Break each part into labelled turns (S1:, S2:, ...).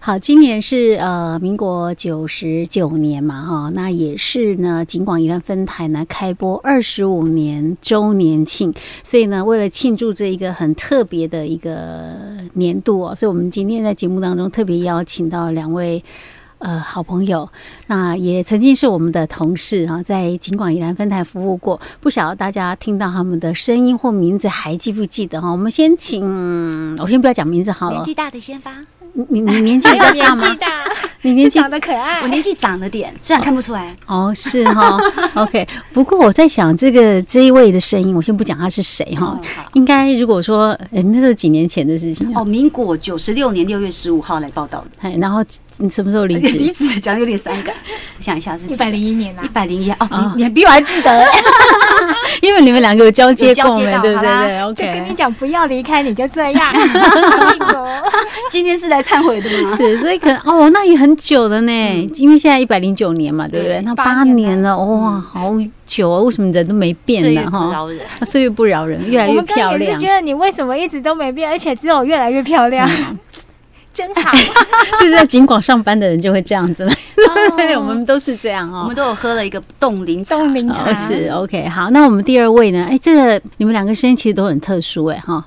S1: 好，今年是呃民国九十九年嘛，哈、那也是呢，景广宜兰分台呢开播二十五年周年庆，所以呢，为了庆祝这一个很特别的一个年度哦，所以我们今天在节目当中特别邀请到两位。呃，好朋友，那也曾经是我们的同事啊，在景广宜兰分台服务过。不晓得大家听到他们的声音或名字还记不记得哈？我们先请，呃我先不要讲名字好了
S2: 年。纪大的先吧，
S1: 你你 你年纪比
S3: 没
S1: 较
S3: 有年
S1: 大
S3: 纪
S1: 吗？
S3: 大，
S1: 你年
S3: 是
S1: 纪
S3: 长得可爱。
S2: 我年纪长了点，虽然看不出来。
S1: 哦，是哈、OK，不过我在想，这个这一位的声音，我先不讲他是谁哈、
S2: 哦好
S1: 应该如果说，哎，那是几年前的事情
S2: 哦，
S1: 哦，
S2: 民国九十六年六月十五号来报道的，
S1: 哎，然后 你什么时候离
S2: 离
S1: 职？
S2: 子讲有点伤感。我想一下是
S3: 一百零一年呐、
S2: 一百零一哦
S1: 哦，
S2: 你你还比我还记得，
S1: 因为你们两个有交接
S2: 有交
S1: 过
S2: 接
S1: 没
S2: 到？
S1: 对不
S2: 好
S1: 对
S2: 啦
S1: 对
S3: 就跟你
S1: ？OK，
S3: 讲不要离开，你就这样。民国
S2: 今天是来忏悔的吗？
S1: 是，所以可能哦，那也很久了呢，因为现在一百零九年嘛，对不对？
S3: 对
S1: 那八
S3: 八
S1: 年
S3: 年
S1: 了，哇，好久啊！为什么人都没变
S2: 岁月
S1: 呢？
S2: 不
S1: 哈，
S2: 饶人。
S1: 那岁月不饶人，越来
S3: 我
S1: 越
S3: 们刚
S1: 漂
S3: 刚也
S1: 亮
S3: 是觉。得你为什么一直都没变，而且只有越来越漂亮，真好。
S1: 就是在景广上班的人就会这样子，对，我们都是这样哦。
S2: 我们都有喝了一个冻龄茶，
S3: 冻龄 茶
S1: 哦，是 OK，好，那我们第二位呢？哎，这个你们两个声音其实都很特殊，哎哈，
S2: 特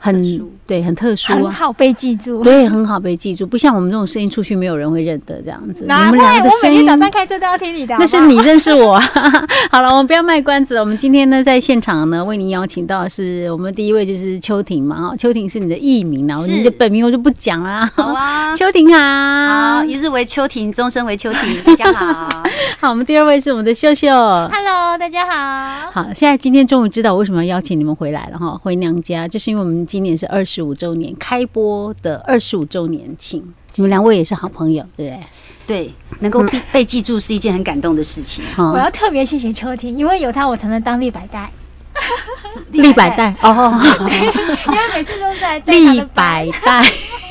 S1: 很
S2: 殊
S1: 对，很特殊
S3: 很
S1: 啊，
S3: 好被记住。
S1: 对，很好被记住，不像我们这种声音出去没有人会认得这样子。你
S3: 哪
S1: 们
S3: 会？
S1: 两个的
S3: 我
S1: 声
S3: 每
S1: 音
S3: 天早上开车都要听你的。
S1: 那
S3: 好
S1: 是
S3: 不好
S1: 你认识我。好了，我们不要卖关子了。我们今天呢，在现场呢，为您邀请到的是我们第一位就是秋婷嘛，哈，秋婷是你的艺名啊，
S2: 是
S1: 你的本名我就不讲啦。
S2: 好 啊。
S1: 秋啊婷好
S2: 好，，一日为秋婷，终身为秋婷。大家好，
S1: 好，我们第二位是我们的秀秀。
S3: Hello，大家好。
S1: 好，现在今天终于知道我为什么要邀请你们回来了哈，回娘家，就是因为我们今年是二十五周年开播的二十五周年庆，你们两位也是好朋友，对不对？
S2: 对，能够被被记住是一件很感动的事情。
S1: 好
S3: 我要特别谢谢秋婷，因为有她，我才能当立百代。
S1: 立百代哦，
S3: 因为每次都是来对 她
S1: 立
S3: 的
S1: 百代，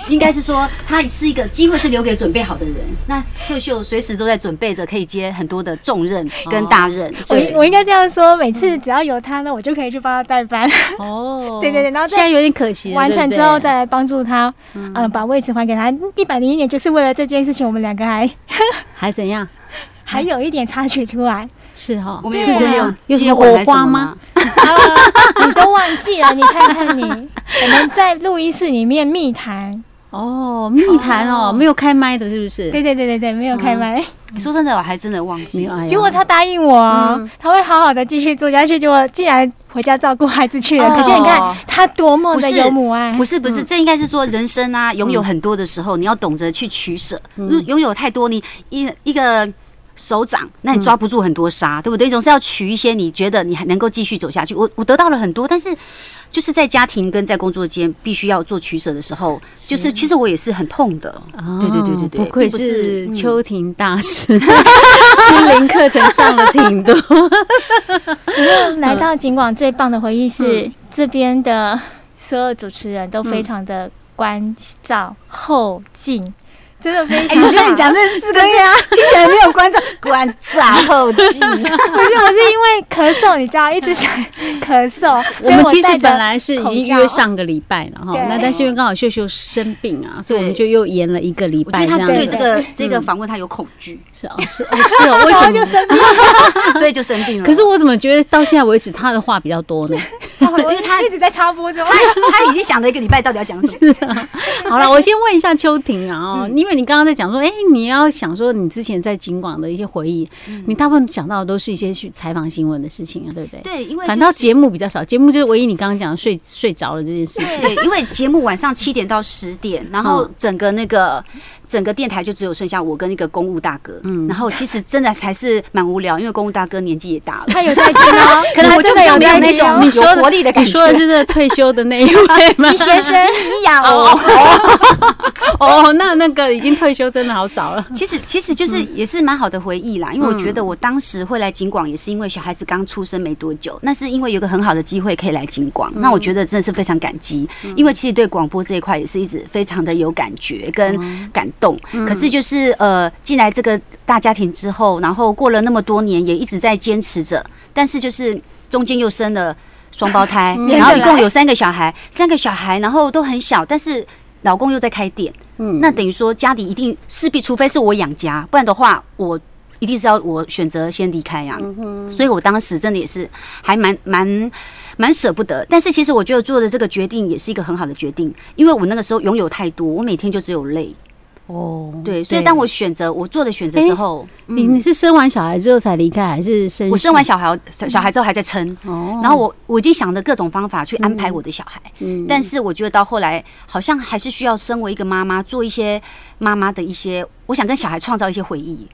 S2: 应该是说，他是一个机会是留给准备好的人。那秀秀随时都在准备着，可以接很多的重任跟大任。哦
S3: 我
S1: 哦
S2: 所以
S3: 应我应该这样说，每次只要有她呢，我就可以去帮她代班，
S1: 哦，
S3: 对对对然后再
S1: 现在有点可惜了，
S3: 完成
S1: 对不
S3: 之
S1: 对嗯
S3: 后再来帮助她，呃，把位置还给她。一百零一年就是为了这件事情，我们两个
S1: 嗯
S3: 还
S1: 还怎样？
S3: 还有一点插曲出 来，
S1: 是哈，
S2: 我们
S1: 是
S2: 有
S1: 怎
S2: 没
S1: 样
S2: 有？
S1: 有什么
S2: 接吻
S1: 火
S2: 还是
S1: 花
S2: 什么
S1: 吗
S2: 呢？？
S3: 啊你都忘记了？你看看你，我们在录音室里面密谈，
S1: 哦，密谈哦，没有开麦的，是不是？嗯
S3: 对对对对对，没有开麦。
S2: 说真的，我还真的忘记
S1: 没有，
S2: 了。
S1: 哎呀
S3: 结果他答应我，
S1: 嗯
S3: 他会好好的继续做下去。结果竟然回家照顾孩子去了，
S1: 哦
S3: 可见你看他多么的有母爱
S2: 不。是不是，这应该是说人生啊，拥有很多的时候，你要懂得去取舍。如拥有太多，你一一个。手掌，那你抓不住很多沙，对不对？总是要取一些你觉得你还能够继续走下去。我我得到了很多，但是就是在家庭跟在工作间必须要做取舍的时候，就是其实我也是很痛的。
S1: 哦
S2: 对对对对对，
S1: 不愧
S2: 并
S1: 是
S2: 嗯
S1: 秋婷大师， 心灵课程上了挺多。
S3: 来到景广最棒的回忆是、这边的所有主持人都非常的关照后进，真的非
S2: 哎、
S3: 常。
S2: 我觉得你讲这四个字啊，听起来没有关照，关照后进。
S3: 不是，我是因为咳嗽，你知道，一直想 咳嗽。
S1: 我
S3: 所以
S1: 们其实
S3: 戴着
S1: 本来是已经
S3: 口
S1: 约
S3: 罩
S1: 上个礼拜了哈，
S3: 对
S1: 那但是因为刚好秀秀生病啊，所以我们
S2: 对
S1: 就又延了一个礼
S2: 我觉得
S1: 拜
S2: 他
S1: 这样
S2: 对
S1: 子。
S2: 这个这个访问他有恐惧，
S1: 是哦是哦是哦，为什么？啊
S2: 所以就生病了。
S1: 可是我怎么觉得到现在为止他的话比较多呢？
S2: 他会，因为他
S3: 一直在插播中。
S2: 他已经想了一个礼拜到底要讲什么。
S1: 好了，我先问一下秋婷啊，哦，因为你刚刚在讲说，哎，你要想说你之前在景广的一些回忆，你大部分想到的都是一些去采访新闻的事情啊，对不对？
S2: 对，因为
S1: 反倒
S2: 就是
S1: 节目比较少，节目就是唯一你刚刚讲的睡睡着了这件事情。
S2: 对，因为节目晚上七点到十点， 然后
S1: 嗯
S2: 整个那个整个电台就只有剩下我跟一个公务大哥，嗯，然后其实真的才是蛮无聊，因为公务大哥年纪也 大了，
S3: 他有在听哦，
S2: 可能我就比较没有那种
S1: 你说
S2: 有活力的感
S1: 你
S2: 觉。
S1: 说的是那个退休的那一位吗？
S3: 你先 生。
S1: 哎
S2: 一样哦。
S1: 哦，那那个已经退休真的好早了。
S2: 其实其实就是
S1: 嗯
S2: 也是蛮好的回忆啦，因为我觉得我当时会来景广，也是因为小孩子刚出生没多
S1: 嗯
S2: 久，那是因为有个很好的机会可以来景广，那我觉得真的是非常感激，
S1: 嗯
S2: 因为其实对广播这一块也是一直非常的有感觉
S1: 嗯
S2: 跟感动。可是就是呃进来这个大家庭之后，然后过了那么多年，也一直在坚持着，但是就是中间又 生了双胞胎，然后一共有三个小孩，三个小孩然后都很小，但是。老公又在开店，
S1: 嗯
S2: 那等于说家里一定势必，除非是我养家，不然的话我。一定是要我选择先离开啊，所以我当时真的也是还蛮蛮蛮舍不得。但是其实我觉得做的这个决定也是一个很好的决定，因为我那个时候拥有太多，我每天就只有累。
S1: 哦，
S2: 对，所以当我选择我做的选择之后，
S1: 你你是生完小孩之后才离开，还是生
S2: 我生完小孩小小孩之后还在撑，
S1: 哦，
S2: 然后我我已经想了各种方法去安排我的小孩，
S1: 嗯
S2: 但是我觉得到后来好像还是需要身为一个妈妈做一些妈妈的一些，我想跟小孩创造一些回忆。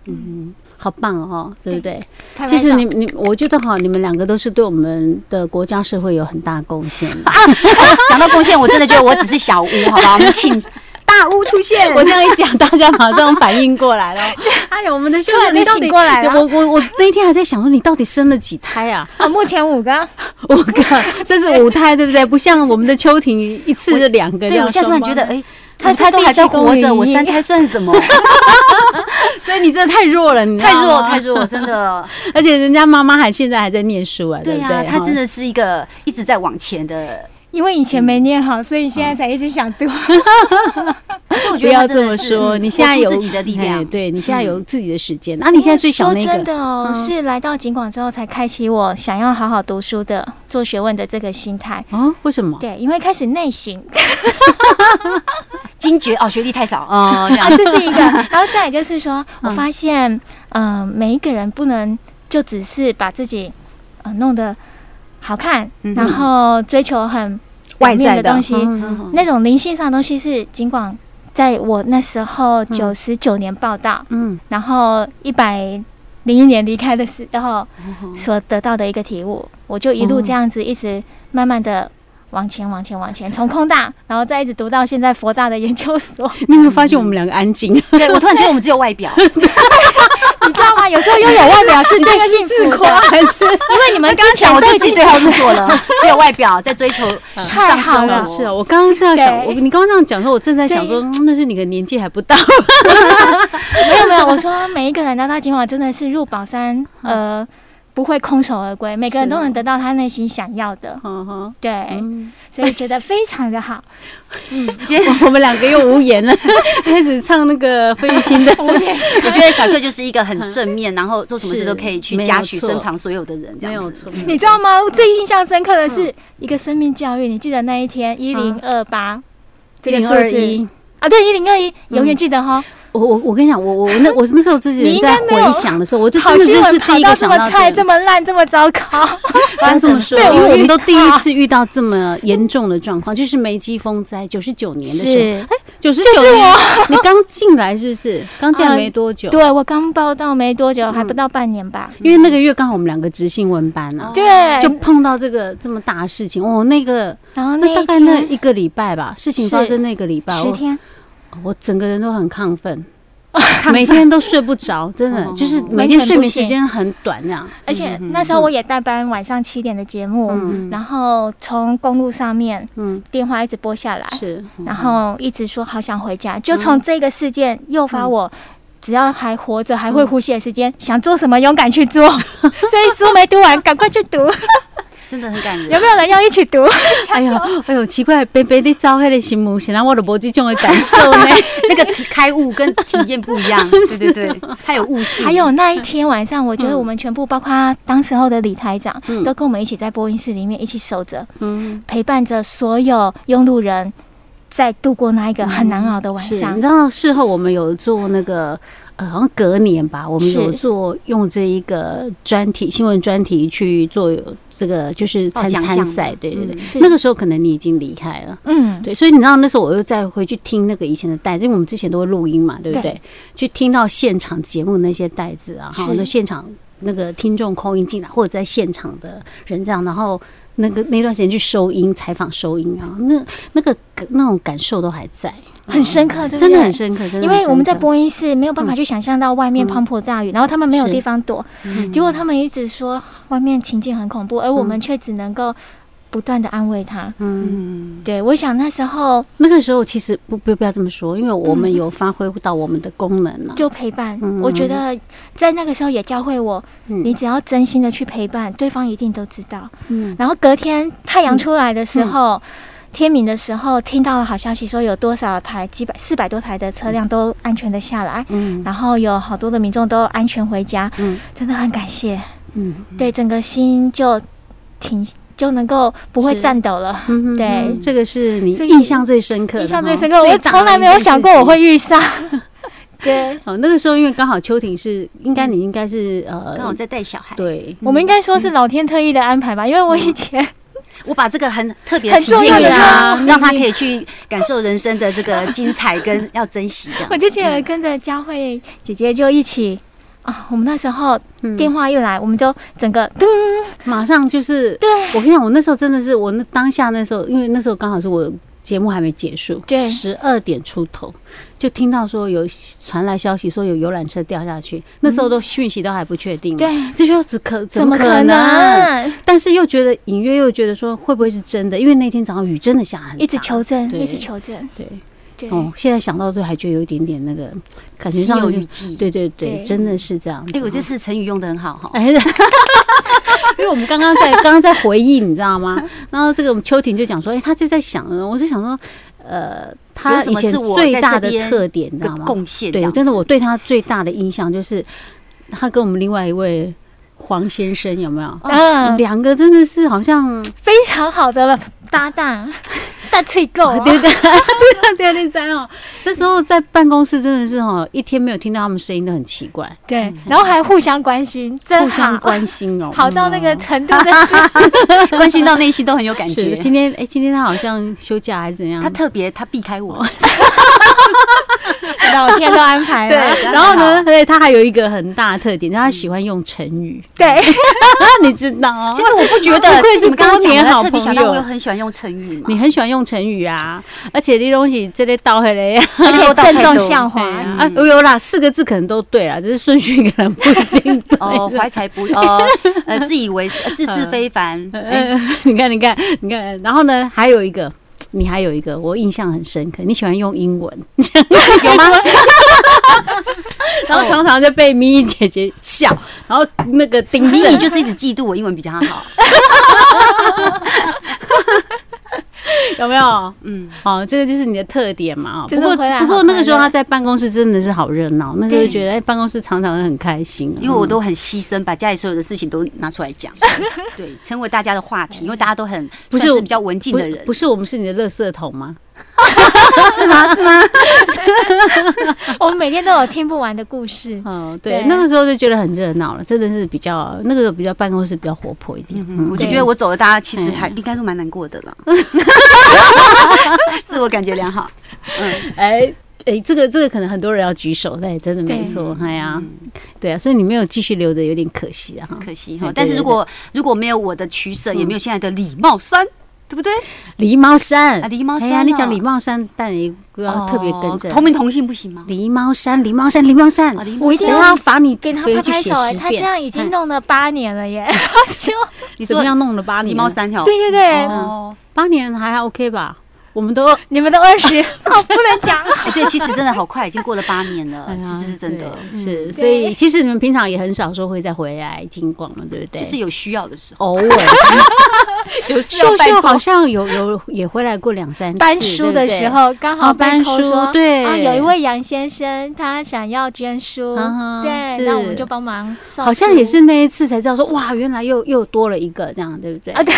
S1: 好棒哦，对不对？
S3: 拍拍
S1: 其实
S3: 照
S1: 你你，我觉得哈，你们两个都是对我们的国家社会有很大贡献 的。
S2: 讲到贡献，我真的觉得我只是小巫，好吧，我们 请大巫出现。
S1: 我这样一讲，大家马上反应过来了。哎呀，我们的兄
S2: 哦
S3: 突然
S1: 弟
S3: 就
S1: 你到底
S3: 醒过来了
S1: 我我我那天还在想说，你到底生了几胎 啊？
S3: 啊，目前五个，
S1: 五个，这是五胎，对不对？不像我们的秋婷一次就两个这
S2: 对，
S1: 样
S2: 我现在突
S1: 双
S2: 然
S1: 胞
S2: 觉得，哎、
S3: 他
S2: 他他都还在活着，我三胎算 什么？
S1: 所以你真的太弱了，你知道
S2: 太弱
S1: 吗
S2: 太弱，真的。
S1: 而且人家妈妈还现在还在念书啊，
S2: 对
S1: 不
S2: 呀、
S1: 对？
S2: 他真的是一个一直在往前的。
S3: 因为以前没念好，所以现在才一直想读。
S2: 可是我
S1: 不
S2: 觉得
S1: 要
S2: 他
S1: 这
S2: 真
S1: 么
S2: 的是嗯
S1: 说，你现在有
S2: 活出自己的力量嗯哎
S1: 哎。对你现在有自己的时间。啊那你现在最小那
S3: 因为说真
S1: 个，
S3: 的哦，
S1: 嗯
S3: 是来到景广之后才开启我想要好好读书的、做学问的这个心态。
S1: 哦，为什么？
S3: 对，因为开始内省，
S2: 惊觉哦，学历太少 哦，这样
S3: 啊，这是一个。然后再来就是说，我发现，嗯、每一个人不能就只是把自己呃弄得好看，
S1: 嗯
S3: 然后追求很
S1: 外
S3: 表面
S1: 在
S3: 东西，
S1: 嗯
S3: 那种灵性上的东西是尽管在我那时候
S1: 嗯
S3: 九十九年报道，
S1: 嗯，
S3: 然后一百。零一年离开的时候所得到的一个体悟，我就一路这样子一直慢慢的往前往前往前，从空大，然后再一直读到现在佛大的研究 所。
S1: 你有没有发现我们两个安静？
S2: 对我突然觉得我们只有外表，
S3: 你知道吗？有时候
S2: 哎
S3: 拥有外 表是最幸福的，
S1: 还是
S3: 因 为你们刚
S2: 讲
S3: 讲
S2: 我
S3: 都
S2: 就
S3: 已
S2: 自己
S3: 经
S2: 对号入座了， 只有外表在追求
S1: 嗯
S2: 时尚生
S3: 太好了哦
S2: 活。
S1: 是啊，我刚刚这样想，
S3: 对
S1: 我你刚刚这样讲的时候，我正在想说，嗯那是你的年纪还不 到，
S3: 没有没有，我说每一个人来到今晚真的是入宝山，呃，不会空手而归，每个人
S1: 是
S3: 都能得到他内心想要的，
S1: 嗯哼，
S3: 对，
S1: 嗯
S3: 所以觉得非常的好。
S1: 我们两个又无言了，开始唱那个费玉清的。
S2: 我觉得小秀就是一个
S3: 嗯
S2: 很正面，然后做什么事都可以去嘉许
S1: 是没有错
S2: 身旁所有的人，这
S1: 没有
S2: 样子。嗯
S1: 错，
S3: 你知道吗？我最印象深刻的是一个生命教育，你记得那一天一零二八这个数
S1: 二
S3: 字
S1: 一，
S3: 啊？对，一零二一，
S1: 嗯
S3: 永远记得哈。
S1: 我我我跟你讲，我我我 那我那时候自己
S3: 你
S1: 人
S3: 应
S1: 在
S3: 该没有
S1: 回想的时候，我就
S3: 好
S1: 真的
S3: 新
S1: 就是
S3: 闻
S1: 第
S3: 跑
S1: 一
S3: 到
S1: 个
S3: 这
S1: 想
S3: 么
S1: 到
S3: 菜、
S1: 这
S3: 这么烂、这么糟糕，
S2: 不然怎么说
S1: 对，因为我们都第一
S3: 到
S1: 次遇到这么严重的状况，就是梅基风灾，九十九 年的时候，哎
S3: 是。哎啊
S1: 九十九年，你刚进来是不是？刚进来没多久，
S3: 对我刚报道没多久，还不到半年吧。
S1: 因为那个月刚好我们两个执新闻班啊，
S3: 对，
S1: 嗯就碰到这个这么大的事情，哦，那个
S3: 然后
S1: 那
S3: 那
S1: 大概那一个礼拜吧，事情
S3: 是
S1: 发生那个礼拜，
S3: 十
S1: 我
S3: 天，
S1: 我整个人都很亢奋。每天都睡不着，真的
S2: 哦
S1: 就是每
S3: 完
S1: 天
S3: 全
S1: 睡
S3: 不哎
S1: 眠时
S3: 行
S1: 间很短，这样。
S3: 而且那时候我也代班晚上七点的节目，
S1: 嗯
S3: 然后从公路上面
S1: 嗯，
S3: 电话一直拨下来，
S1: 是嗯
S3: 然后一直说好想回家，就从这个事件诱发我。只要还活着，还会呼吸的时
S1: 嗯
S3: 间，想做什么勇敢去 做。所以书没读完，赶快去读。
S2: 真的很感人
S3: 有。没有人要一起读？
S1: 哎呦，哎呦，奇怪，贝贝你招黑的心目，显然我的脖子这种的感受呢。
S2: 那个体开悟跟体验不一 样，对对对，他有悟
S1: 嗯
S2: 性。
S3: 还有那一天晚上，我觉得我们全部，包括当时候的李台长，
S1: 嗯
S3: 都跟我们一起在播音室里面一起守着，
S1: 嗯，
S3: 陪伴着所有拥路人，在度过那一个很难熬的晚
S1: 是，
S3: 上
S1: 你。知道事后我们有做那个。呃，好像隔年吧，我们
S3: 是
S1: 有做用这一个专题新闻专题去做这个就是参
S2: 哦奖项
S1: 参赛，对对对。
S3: 是
S1: 那个时候可能你已经离开了，
S3: 嗯，
S1: 对，所以你知道那时候我又再回去听那个以前的带子，因为我们之前都会录音嘛，对不对？
S3: 对
S1: 去听到现场节目那些带子啊，哈，
S3: 是
S1: 那现场那个听众扣音进来，或者在现场的人这样，然后那个那段时间去收音采访收音啊，那那个那种感受都还在，
S3: 很深刻，对不对
S1: 真的很。深刻，真的。
S3: 因为我们在，播音室没有办法去想象到外面滂沱大雨，然后他们没有
S1: 是
S3: 地方躲，
S1: 嗯
S3: 结果他们一直说外面情境很恐怖，而我们却只能够不断的安慰他。
S1: 嗯，
S2: 嗯，
S3: 对，我想那时候
S1: 那个时候其实不不不要这么说，因为我们
S3: 嗯
S1: 有发挥到我们的功能了、啊。
S3: 就陪伴
S1: 嗯，
S3: 我觉得在那个时候也教会我，
S1: 嗯
S3: 你只要真心的去陪伴，对方一定都知道。
S1: 嗯
S3: 然后隔天太阳出来的时候，天明的时候，听到了好消息，说有多少台几百四百多台的车辆都安全的下来，
S1: 嗯
S3: 然后有好多的民众都安全回家，
S1: 嗯
S3: 真的很感谢。
S1: 嗯，
S3: 对，整个心就挺就能够不会
S1: 是
S3: 颤抖了。
S1: 嗯哼
S3: 对
S1: 这个是你
S3: 所以
S1: 印象最深刻的哈，
S3: 印象最深刻，我
S1: 最大的
S3: 从来没有想过我会遇上。
S1: 嗯
S3: 对，
S1: 哦，那个时候因为刚好秋婷是，应该你应该是呃，
S2: 刚好在带小孩，
S1: 对，嗯
S3: 我们应该说是老天特意的安排吧，因为我以前
S2: 我把这个很特别
S3: 很
S2: 体
S3: 重要
S2: 验给
S3: 的
S2: 他，
S1: 任务
S2: 让他可以去感受人生的这个精彩跟要珍惜这样
S3: 我。就记得跟着佳慧姐姐就一起啊，我们那时候
S1: 嗯
S3: 电话一来，我们就整个噔，
S1: 马上就是，
S3: 对
S1: 我跟你讲，我那时候真的是，我那当下那时候，因为那时候刚好是我节目还没结束，
S3: 对
S1: 十二点出头就听到说有传来消息说有游览车掉下去，那时候都讯息都还不确定嘛，
S3: 对，
S1: 这就只可
S3: 怎么
S1: 么
S3: 可
S1: 能？
S3: 能？
S1: 但是又觉得隐约又觉得说会不会是真的？因为那天早上雨真的下很大，
S3: 一直求证，
S1: 对
S3: 一直求证，
S1: 对
S3: 对，
S1: 哦，现在想到都还觉得有一点点那个感觉
S2: 心
S1: 上
S2: 有
S1: 就
S2: 余悸。
S1: 对对对，
S3: 对
S1: 真的是这样子
S2: 哎，
S1: 哦。
S2: 我这次成语用的很好哈。
S1: 哎，因 为我们刚刚在 刚刚在回忆，你知道吗？然后这个我们秋婷就讲说，哎、她就在想，我就想说，呃，她
S2: 有什
S1: 以
S2: 么
S1: 前
S2: 是我
S1: 最
S2: 在
S1: 大
S2: 这
S1: 的
S2: 边
S1: 特点，你
S2: 一
S1: 知
S2: 个
S1: 道吗？
S2: 贡献这
S1: 对，
S2: 样子，
S1: 真的，我对她最大的印象就是，她跟我们另外一位黄先生有没有？
S3: 嗯，
S1: 两个真的是好像，
S3: 非常好的了搭档， 大脆够啊，
S1: 对对对对对对，在哦，那时候在办公室真的是哦，一天没有听到他们声音都很奇怪，
S3: 对，然后还互相关心，真
S1: 互相
S3: 好，
S1: 关心哦，
S3: 好到那个程度，真 是
S2: 关心到内心都很有感
S1: 是
S2: 觉
S1: 的。今天嗯哎、今天他好像休假还是怎样？
S2: 他特别，他避开
S1: 哦
S2: 我，
S3: 老天都安排了，
S2: 对啊
S1: 然后呢，而且他还有一个很大的特点，他喜欢用成语，
S3: 对，
S1: 你知道啊
S2: 其？实我不觉得，
S1: 不愧是
S2: 你们刚刚
S1: 多
S2: 讲
S1: 年
S2: 的，
S1: 好
S2: 特别想
S1: 朋
S2: 到
S1: 友
S2: 我有很喜欢用成语嘛
S1: 你。很喜欢用成语啊，而且这东西这类倒回来呀，
S3: 而且郑重
S2: 笑
S3: 向
S2: 话
S3: 华，
S1: 啊，有啦，四个字可能都对啦，只是顺序可能不一定对。嗯
S2: 哦，怀才 不遇哦，呃，自以为是，呃自视非凡。哎
S1: 呃 你看，你看，你看，然后呢，还有一个，你还有一个，我印象很深刻，你喜欢用英 文，有吗？ 然后常常就被咪咪姐姐笑，然后那个丁
S2: 迷
S1: 正
S2: 你就是一直嫉妒我英文比较好，
S1: 有没有？
S2: 嗯，
S1: 哦，这个就是你的特点嘛。哦不
S3: 真的
S1: 过
S3: 回
S2: 啊
S3: 来
S1: 不过
S3: 好
S1: 那个时候
S3: 快乐
S1: 他在办公室真的是好热闹，那时候就
S3: 对
S1: 觉得哎，办公室常常很开心啊。
S2: 因为我都很牺牲，把家里所有的事情都拿出来讲，对，成为大家的话题，因为大家都很
S1: 嗯不是
S2: 算
S1: 我
S2: 是比较文静
S1: 不
S2: 的人
S1: 不，是我们是你的垃圾桶吗？
S2: 是吗？是吗？
S3: 我们每天都有听不完的故事。
S2: 嗯
S1: 哦，对，
S3: 对
S1: 那个时候就觉得很热闹了，真的是比较那个时候比较办公室比较活泼一点。嗯
S2: 我就觉得我走了，大家其实还应该都蛮难过的 了， 自我感觉良好。
S1: 哎哎，这个这个可能很多人要举手，对，真的没
S3: 对
S1: 错，哎呀，对啊，所以你没有继续留着有点可惜啊哈。
S2: 可惜
S1: 哎
S2: 哈
S1: 对。
S2: 但是
S1: 对
S2: 如果如果没有我的取舍，也没有现在的礼貌三，对不对？
S1: 狸猫山
S2: 啊，，礼貌
S1: 哎
S2: 三哦。
S1: 呀，你讲狸貌山，但你不要特别跟着
S2: 哦同名同姓不行吗？
S1: 狸猫山，狸猫山，狸猫山
S2: 啊狸，猫
S1: 我一定
S3: 山
S1: 要罚你
S3: 给他
S1: 回
S3: 拍
S1: 去
S3: 拍
S1: 写
S3: 手哎、
S1: 十
S3: 他这
S1: 遍。嗯
S3: 样已经弄了八年 了耶， 就
S2: 你
S1: 怎
S2: 说
S1: 么样弄了八
S2: 礼
S1: 年？
S2: 貌三条。
S3: 对对对，
S2: 哦，
S1: 八年还 OK 吧？我们都
S3: 你们都 二十，我不能讲。
S2: 哎，对，其实真的好快，已经过了八年了
S1: 哎，呀
S2: 其啊实是真的，
S1: 对是，
S3: 嗯
S1: 所以其实你们平常也很少说会再回来金广了，对不对？
S2: 就是有需要的时候，
S1: 偶尔，
S2: 有
S1: 秀秀好像有有也回来过两三次，
S3: 搬书的时候刚好
S1: 哦搬
S3: 被 call
S1: 书
S3: 说
S1: 对
S3: 啊，有一位杨先生他想要捐书，
S1: 嗯哼是
S3: 对，那我们就帮忙
S1: 对不对，
S3: 送。
S1: 好像也是那一次才知道说哇，原来又又多了一个这样，对不对？
S3: 啊，对，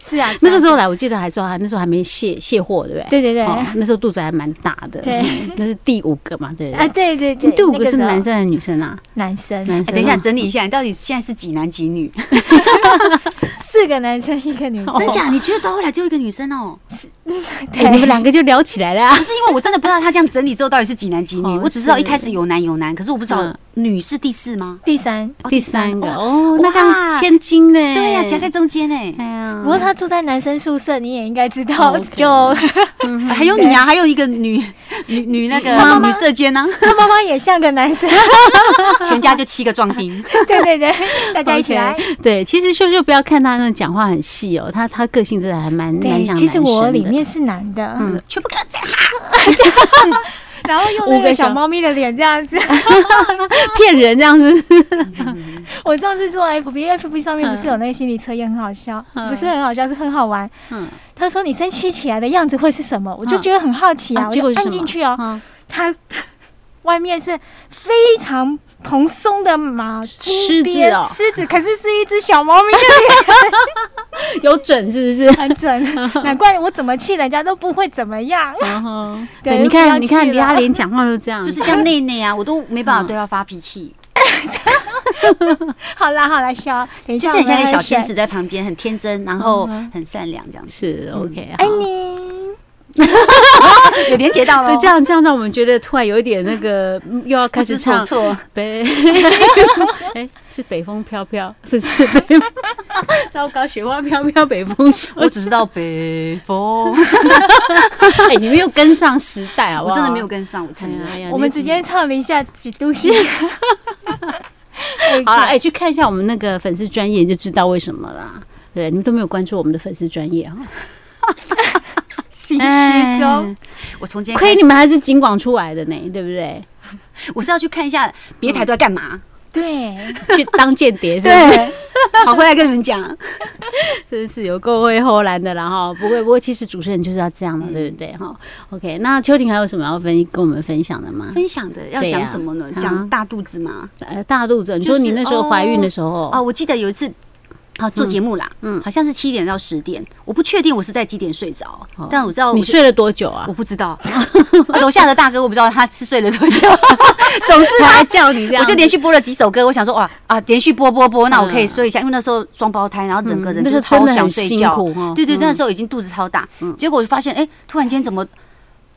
S3: 是啊，
S1: 那个时
S3: 候，
S1: 候来，我记得还说还那时候还没卸卸货，对不对？
S3: 对对对，
S1: 哦，那时候肚子还蛮大的，
S3: 对
S1: 嗯，那是第五个嘛，对不
S3: 啊，
S1: 对？
S3: 对对对，
S1: 第五个
S3: 那
S1: 是
S3: 时候
S1: 男，生还是女生啊？
S3: 男生，
S1: 男
S2: 哎
S1: 生。
S2: 等一下，，整理一下，你到底现在是几男几女？
S3: 四个男生一个女生，
S2: 真假？你觉得到后来只有一个女生哦？
S1: 哎，哦你们两个就聊起来了啊
S2: 不。是因为我真的不知道他这样整理之后到底是几男几
S1: 哦
S2: 女，我只知道
S1: 是
S2: 一开始有男有男，可是我不知道
S1: 嗯
S2: 女是第四吗？
S3: 第三，
S2: 哦
S1: 第三个
S2: 哇
S1: 哦，
S2: 哇
S1: 那这样千金呢？
S2: 对呀，夹在中间欸呢。
S1: 哎呀，
S3: 不过他住在男生宿舍，你也应该知道，
S1: 哦，OK
S3: 就
S1: 嗯
S2: 还有你啊，还有一个女女女那个
S1: 妈妈
S2: 女射箭 呢，
S3: 他妈妈也像个 男生，
S2: 全家就七个壮丁。
S3: 对对对，大家一起来。
S1: 对，其实秀秀不要看她那讲话很细哦，她她个性真的还蛮蛮
S3: 对，
S1: 像
S3: 其实
S1: 男生
S3: 我
S1: 的
S3: 里面是男的，
S1: 嗯
S2: 全部给我站好！
S3: 然后用
S1: 五
S3: 那
S1: 个
S3: 个
S1: 小
S3: 小猫咪的脸这样子，
S1: 骗人这样子，
S3: 我上次做 FB，FB 上面不是有那个心理测验，很好笑，
S1: 嗯
S3: 不是很好笑，是很好玩。
S1: 嗯，
S3: 他说你生气起来的样子会是什么？我就觉得很好奇啊，
S1: 啊
S3: 我
S1: 结
S3: 就
S1: 果是什
S3: 按
S1: 么
S3: 进去哦，
S1: 嗯
S3: 它外面是非常蓬松的马
S1: 狮子
S3: 金边
S1: 哦
S3: 狮子可是是一只小猫咪，
S1: 有准是不是？
S3: 很 准，难怪我怎么气人家都不会怎么样。
S1: 然后
S3: 对
S1: 对，你
S3: 不要
S1: 看，你看
S3: 气了
S1: 李阿莲讲话都这样，
S2: 就是这样内内啊，我都没办法对他发脾气，
S3: 好啦好啦，小，等一
S2: 就
S3: 下
S2: 是很像个
S3: 我们
S2: 小
S3: 来
S2: 天
S3: 选
S2: 使在旁边，很天真，然后
S1: 嗯
S2: 很善良这样 子。
S1: 是 OK，
S3: 爱
S1: 好
S3: 你。
S2: 有连接到了，
S1: 对，这样这样让我们觉得突然有一点那个，嗯又要开
S2: 不
S1: 始
S2: 知所
S1: 唱
S2: 措。
S1: 北，哎，是北风飘飘， 不是北风，糟糕，雪花飘飘，北风萧
S2: 我只知道北风，
S1: 哎，你没有跟上时代，好不
S2: 我
S1: 好？
S2: 真的没有跟上，我承认。
S1: 哎呀
S3: 我们直接唱了一下几度 C。
S1: 好了， 哎、去看一下我们那个粉丝专业，你就知道为什么啦。对，你们都没有关注我们的粉丝专业哈，
S3: 心虚中，
S2: 我从今天开
S1: 哎亏
S2: 始
S1: 你们还是警广出来的呢，对不对？
S2: 我是要去看一下别台都在干嘛，
S3: 对
S1: 去当间谍是不是？
S3: 对，
S2: 好回来跟你们讲。
S1: 真是有够会后来的啦哈。不过不过，其实主持人就是要这样嘛，对不对哈？OK，那秋婷还有什么要分跟我们分享的吗？
S2: 分享的要
S1: 对呀
S2: 讲什么呢？讲大肚子吗？
S1: 呃，大肚子，你说
S2: 就是
S1: 你那时候怀孕的时候，
S2: 啊，我记得有一次。啊，做节目啦，
S1: 哦嗯
S2: 嗯，好像是七点到十点，我不确定我是在几点睡着
S1: 哦，
S2: 但我知道我
S1: 你睡了多久啊
S2: 我？不 知道，啊楼下的大哥我不知道他是睡了多久，
S1: 总是他叫你这样，
S2: 我就连续播了几首歌，我想说哇啊，连续播播播，那我可以睡一下，因为那时候双胞胎，然后整个
S1: 嗯嗯
S2: 人
S1: 那
S2: 就
S1: 时候真
S2: 是超
S1: 的很
S2: 想睡
S1: 辛
S2: 觉，
S1: 苦哦嗯哈。
S2: 对对，那时候已经肚子超大，结果我就发现，哎、突然间怎么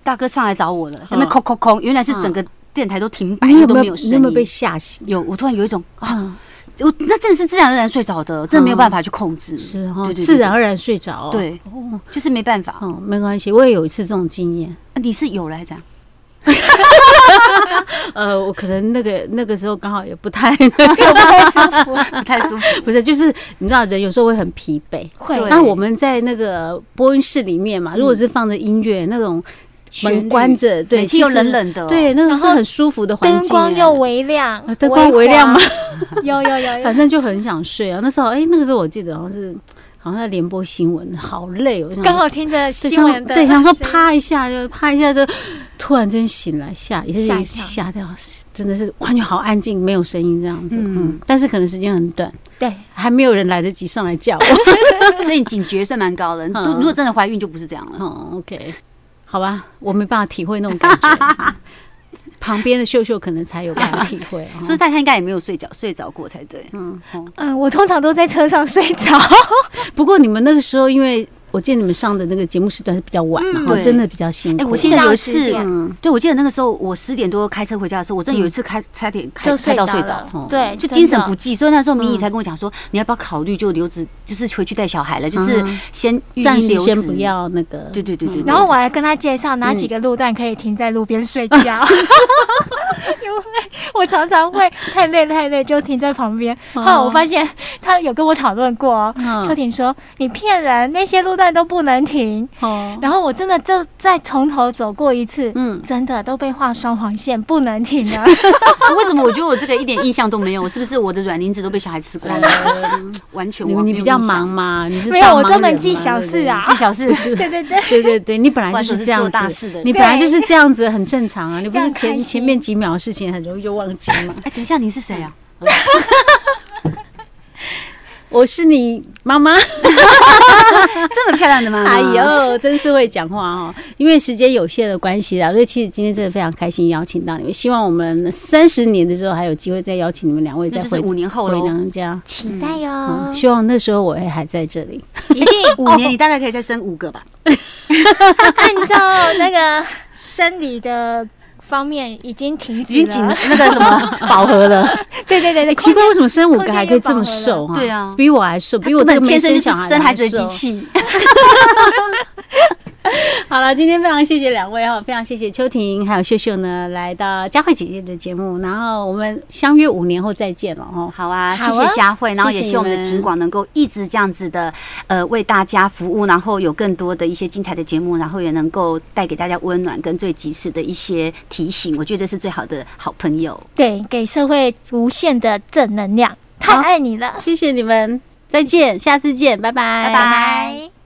S2: 大哥上来找我了，那边空空空，原来是整个电台都停摆，
S1: 嗯你有
S2: 都
S1: 没哎有
S2: 没有
S1: 你
S2: 声
S1: 有
S2: 音
S1: 没有。被吓醒？
S2: 有我突然有一种啊，
S1: 啊
S2: 我那真的是自然而然睡着的，真的没有办法去控制，
S1: 嗯是哈、
S2: 对对对
S1: 自然而然睡着、哦。，
S2: 对，就是没办法。
S1: 哦，没关系，我也有一次这种经验。
S2: 你是 有来这样，
S1: 呃，我可能那个那个时候刚好也不 太，
S2: 不太舒服。
S1: 不是，就是你知道人有时候会很疲惫。
S3: 会嗯
S2: 对
S1: 那我们在那个播音室里面嘛，如果是放着音乐，那种门关着，对，
S2: 冷气
S1: 其
S2: 又
S1: 实
S2: 冷冷的哦
S1: 对，那种
S3: 然
S1: 是
S3: 后
S1: 很舒服的环境、
S3: 灯光
S1: 哎
S3: 又微亮
S1: 啊，灯光微亮吗
S3: 滑？有有有有
S1: 反，正就很想睡啊。那时候，哎、那个时候我记得好像是好像在联播新闻，好累哦，我想
S3: 刚好听着
S1: 对，
S3: 新
S1: 想
S3: 闻的，
S1: 对，想说，啪一下就啪一下就，突然间醒来，吓也是
S3: 吓一跳
S1: 吓掉，真的是完全好安静，没有声音这样子。嗯
S2: 嗯
S1: 但是可能时间很短，
S3: 对，
S1: 还没有人来得及上来叫我。
S2: 所以你警觉算蛮高
S1: 嗯
S2: 的。都如果真的怀孕就不是这样了。
S1: 哦，OK，好吧，我没办法体会那种感 觉。旁边的秀秀可能才有办法体会，哦
S2: 所以大家应该也没有睡着睡着过才对。
S1: 嗯，
S3: 嗯，我通常都在车上睡 着，
S1: 不过你们那个时候，因为我见你们上的那个节目时段是比较晚嘛，
S2: 嗯
S1: 哦
S2: 对
S1: 真的比较辛
S2: 哎，
S1: 苦。
S2: 我记得有一
S3: 七到十
S2: 次
S3: 点，
S1: 嗯，
S2: 对我记得那个时候我十点多开车回家的时候，我真的有一次开差点开开
S3: 就睡
S2: 到
S3: 着
S2: 睡着嗯
S3: 了。
S1: 哦
S3: 对，
S2: 就精神
S3: 真的
S2: 不济，所以那时候明
S1: 嗯
S2: 仪才跟我讲说，你要不要考虑就留职，就是回去带小孩了，就是
S1: 嗯
S2: 先育
S1: 暂
S2: 婴
S1: 时
S2: 留
S1: 先
S2: 职。
S1: 不。要那个。
S2: 对对对对。
S3: 然后我还跟他介绍哪几个路段可以停在路边睡觉， 因为我常常会太累太累就停在旁边。
S1: 哦
S3: 后来我发现他有跟我讨论过哦，
S1: 嗯
S3: 秋婷说你骗人，那些路段都不能停。
S1: 哦，
S3: 然后我真的就再从头走过一次，
S1: 嗯，
S3: 真的都被画双黄线，不能停 啊！
S2: 为什么我觉得我这个一点印象都没有？我是不是我的软磷脂都被小孩吃光了？ 完全
S1: 你
S2: 忘。
S1: 你比较忙
S2: 没
S1: 嘛？你是
S3: 没有
S1: 大
S3: 我
S1: 忙
S3: 专门
S1: 人
S3: 记
S1: 嘛
S3: 小事啊
S2: 有印象，记小 事。
S3: 对
S1: 对
S3: 对对，
S1: 不对对对对，你本来
S2: 我
S1: 就是这样
S2: 做大
S1: 子，
S2: 事的人
S1: 你本来就是这样子，很正常啊。你不
S3: 这
S1: 是
S3: 样开
S1: 前
S3: 心
S1: 前面几秒的事情很容易就忘记吗？
S2: 哎，等一下，你是谁啊？
S1: 我是你妈妈，
S2: 这么漂亮的吗？
S1: 哎，呦，真是会讲话哦。因为时间有限的关系啦，所以其实今天真的非常开心邀请到你们，希望我们三十年的时候还有机会再邀请你们两位
S2: 那
S1: 再
S2: 就是
S1: 回
S2: 五啊年后
S1: 回
S2: 了。
S1: 娘家。
S3: 期待哦哟、
S1: 嗯，希望那时候我会还在这里。
S3: 一定
S2: 五年，你大概可以再生五 个吧？
S3: 按照那个生理的方面已经停止
S2: 已经
S3: 了，
S2: 紧那个什么饱和了。
S3: 对对对对，
S1: 哎奇怪，为什么生五
S3: 空
S1: 个
S3: 间
S1: 还
S3: 又
S1: 可以这
S3: 饱
S1: 么
S3: 和
S1: 瘦哈？
S2: 对啊
S1: 比我还瘦，比我这
S2: 根
S1: 个
S2: 本
S1: 没
S2: 天生就是
S1: 小孩
S2: 生孩
S1: 还
S2: 子的
S1: 瘦
S2: 机器。
S1: 好了，今天非常谢谢两位哈，非常谢谢秋婷还有秀秀呢，来到佳慧姐姐的节目，然后我们相约五年后再见了哈。
S2: 好啊，
S3: 好
S2: 谢
S3: 啊
S2: 谢佳慧，然后也
S1: 谢谢
S2: 希望我们的
S1: 你们
S2: 景广能够一直这样子的，呃，为大家服务，然后有更多的一些精彩的节目，然后也能够带给大家温暖跟最及时的一些提醒。我觉得这是最好的好朋友。
S3: 对，给社会无限的正能量。
S4: 太爱你了，
S1: 谢谢你们，再见，下次见，拜拜，
S3: 拜拜。